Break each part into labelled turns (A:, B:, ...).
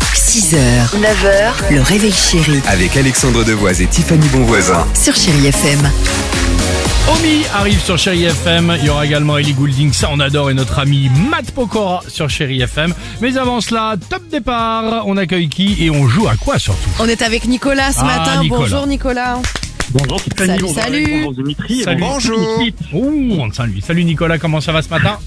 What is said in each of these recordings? A: 6h, 9h, le réveil chéri
B: Avec Alexandre Devoise et Tiffany Bonvoisin.
A: sur Chéri FM.
C: Omi arrive sur Chéri FM. Il y aura également Ellie Goulding, ça on adore, et notre ami Matt Pokora sur Chéri FM. Mais avant cela, top départ. On accueille qui et on joue à quoi surtout
D: On est avec Nicolas ce
C: Ah,
D: matin.
C: Nicolas.
D: Bonjour Nicolas.
E: Bonjour Tiffany,
D: Salut,
E: bonjour,
D: salut.
E: Alexandre, bonjour Dimitri.
C: Salut.
E: Bonjour.
C: Ouh, on le salue. Salut Nicolas, comment ça va ce matin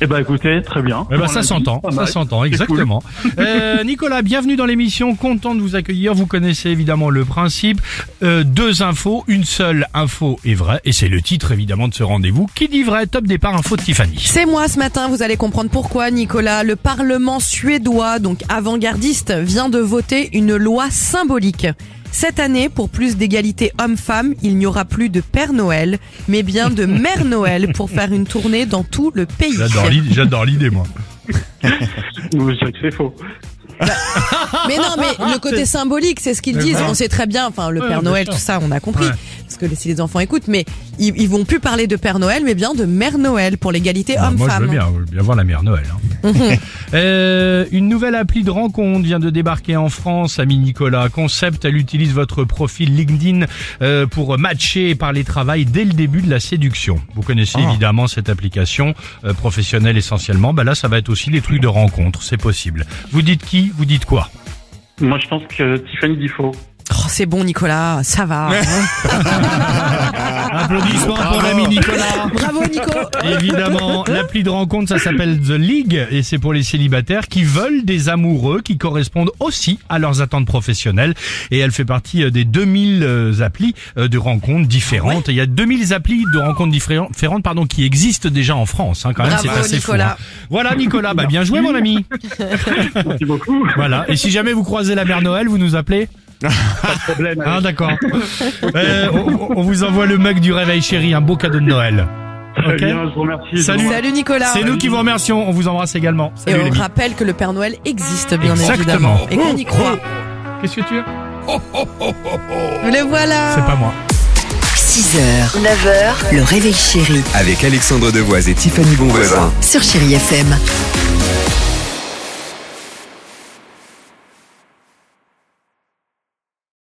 E: Eh ben écoutez, très bien.
C: Eh ben,
E: On
C: ça
E: l'a
C: s'entend,
E: dit, pas
C: ça
E: mal.
C: s'entend, exactement. Euh, Nicolas, bienvenue dans l'émission, content de vous accueillir. Vous connaissez évidemment le principe. Euh, deux infos, une seule info est vraie, et c'est le titre évidemment de ce rendez-vous. Qui dit vrai Top départ info de Tiffany.
D: C'est moi ce matin. Vous allez comprendre pourquoi Nicolas. Le Parlement suédois, donc avant-gardiste, vient de voter une loi symbolique. Cette année, pour plus d'égalité homme-femme, il n'y aura plus de Père Noël, mais bien de Mère Noël pour faire une tournée dans tout le pays.
C: J'adore l'idée, j'adore l'idée moi.
E: Vous direz que c'est faux.
D: Mais non, mais le côté symbolique, c'est ce qu'ils
C: Mais
D: disent.
C: voilà.
D: On sait très bien, enfin, le
C: Ouais,
D: Père
C: bien
D: Noël,
C: sûr.
D: tout ça, on a compris.
C: Ouais.
D: Parce que si les enfants écoutent, mais ils, ils vont plus parler de Père Noël, mais bien de Mère Noël pour l'égalité
C: Ah, moi, je veux
D: homme-femme.
C: bien, je veux bien voir la mère Noël. hein. Euh, une nouvelle appli de rencontre vient de débarquer en France, ami Nicolas. Concept, elle utilise votre profil LinkedIn euh, pour matcher et parler travail dès le début de la séduction. Vous connaissez évidemment cette application euh, professionnelle essentiellement. Bah là, ça va être aussi les trucs de rencontre, c'est possible. Vous dites qui, vous dites quoi
E: Moi je pense que Tiffany dit faux.
D: Oh, c'est bon, Nicolas, ça va.
C: Applaudissements pour l'ami Nicolas
D: Bravo, Nico.
C: Ah, Évidemment, l'appli de rencontre, ça s'appelle The League et c'est pour les célibataires qui veulent des amoureux qui correspondent aussi à leurs attentes professionnelles. Et elle fait partie euh, des 2000 euh, applis euh, de rencontres
D: Ah
C: différentes. Et Il y a 2000 applis de rencontres différen- différentes pardon, qui existent déjà en France. Hein, quand même,
D: Bravo,
C: c'est assez fou,
D: Nicolas.
C: hein. Voilà Nicolas, bah, bien joué mon ami.
E: Merci beaucoup.
C: Voilà. Et si jamais vous croisez la mère Noël, vous nous appelez
E: Problème.
C: Ah d'accord. Euh, on, on vous envoie le mug du réveil chéri, un beau cadeau de Noël.
E: Très
C: Ah, ok.
E: bien, je vous remercie.
C: Salut.
D: Salut, Nicolas.
C: C'est nous qui vous remercions, on vous embrasse également.
D: Et
C: Salut les
D: on
C: amis.
D: rappelle que le Père Noël existe, bien
C: Exactement.
D: évidemment.
C: Oh,
D: Et qu'on y croit.
C: Qu'est-ce que tu as
D: Le voilà.
C: C'est pas moi.
A: 6h, 9h, le réveil chéri
B: Avec Alexandre Devoise et Tiffany Bonvoisin.
A: sur Chéri FM.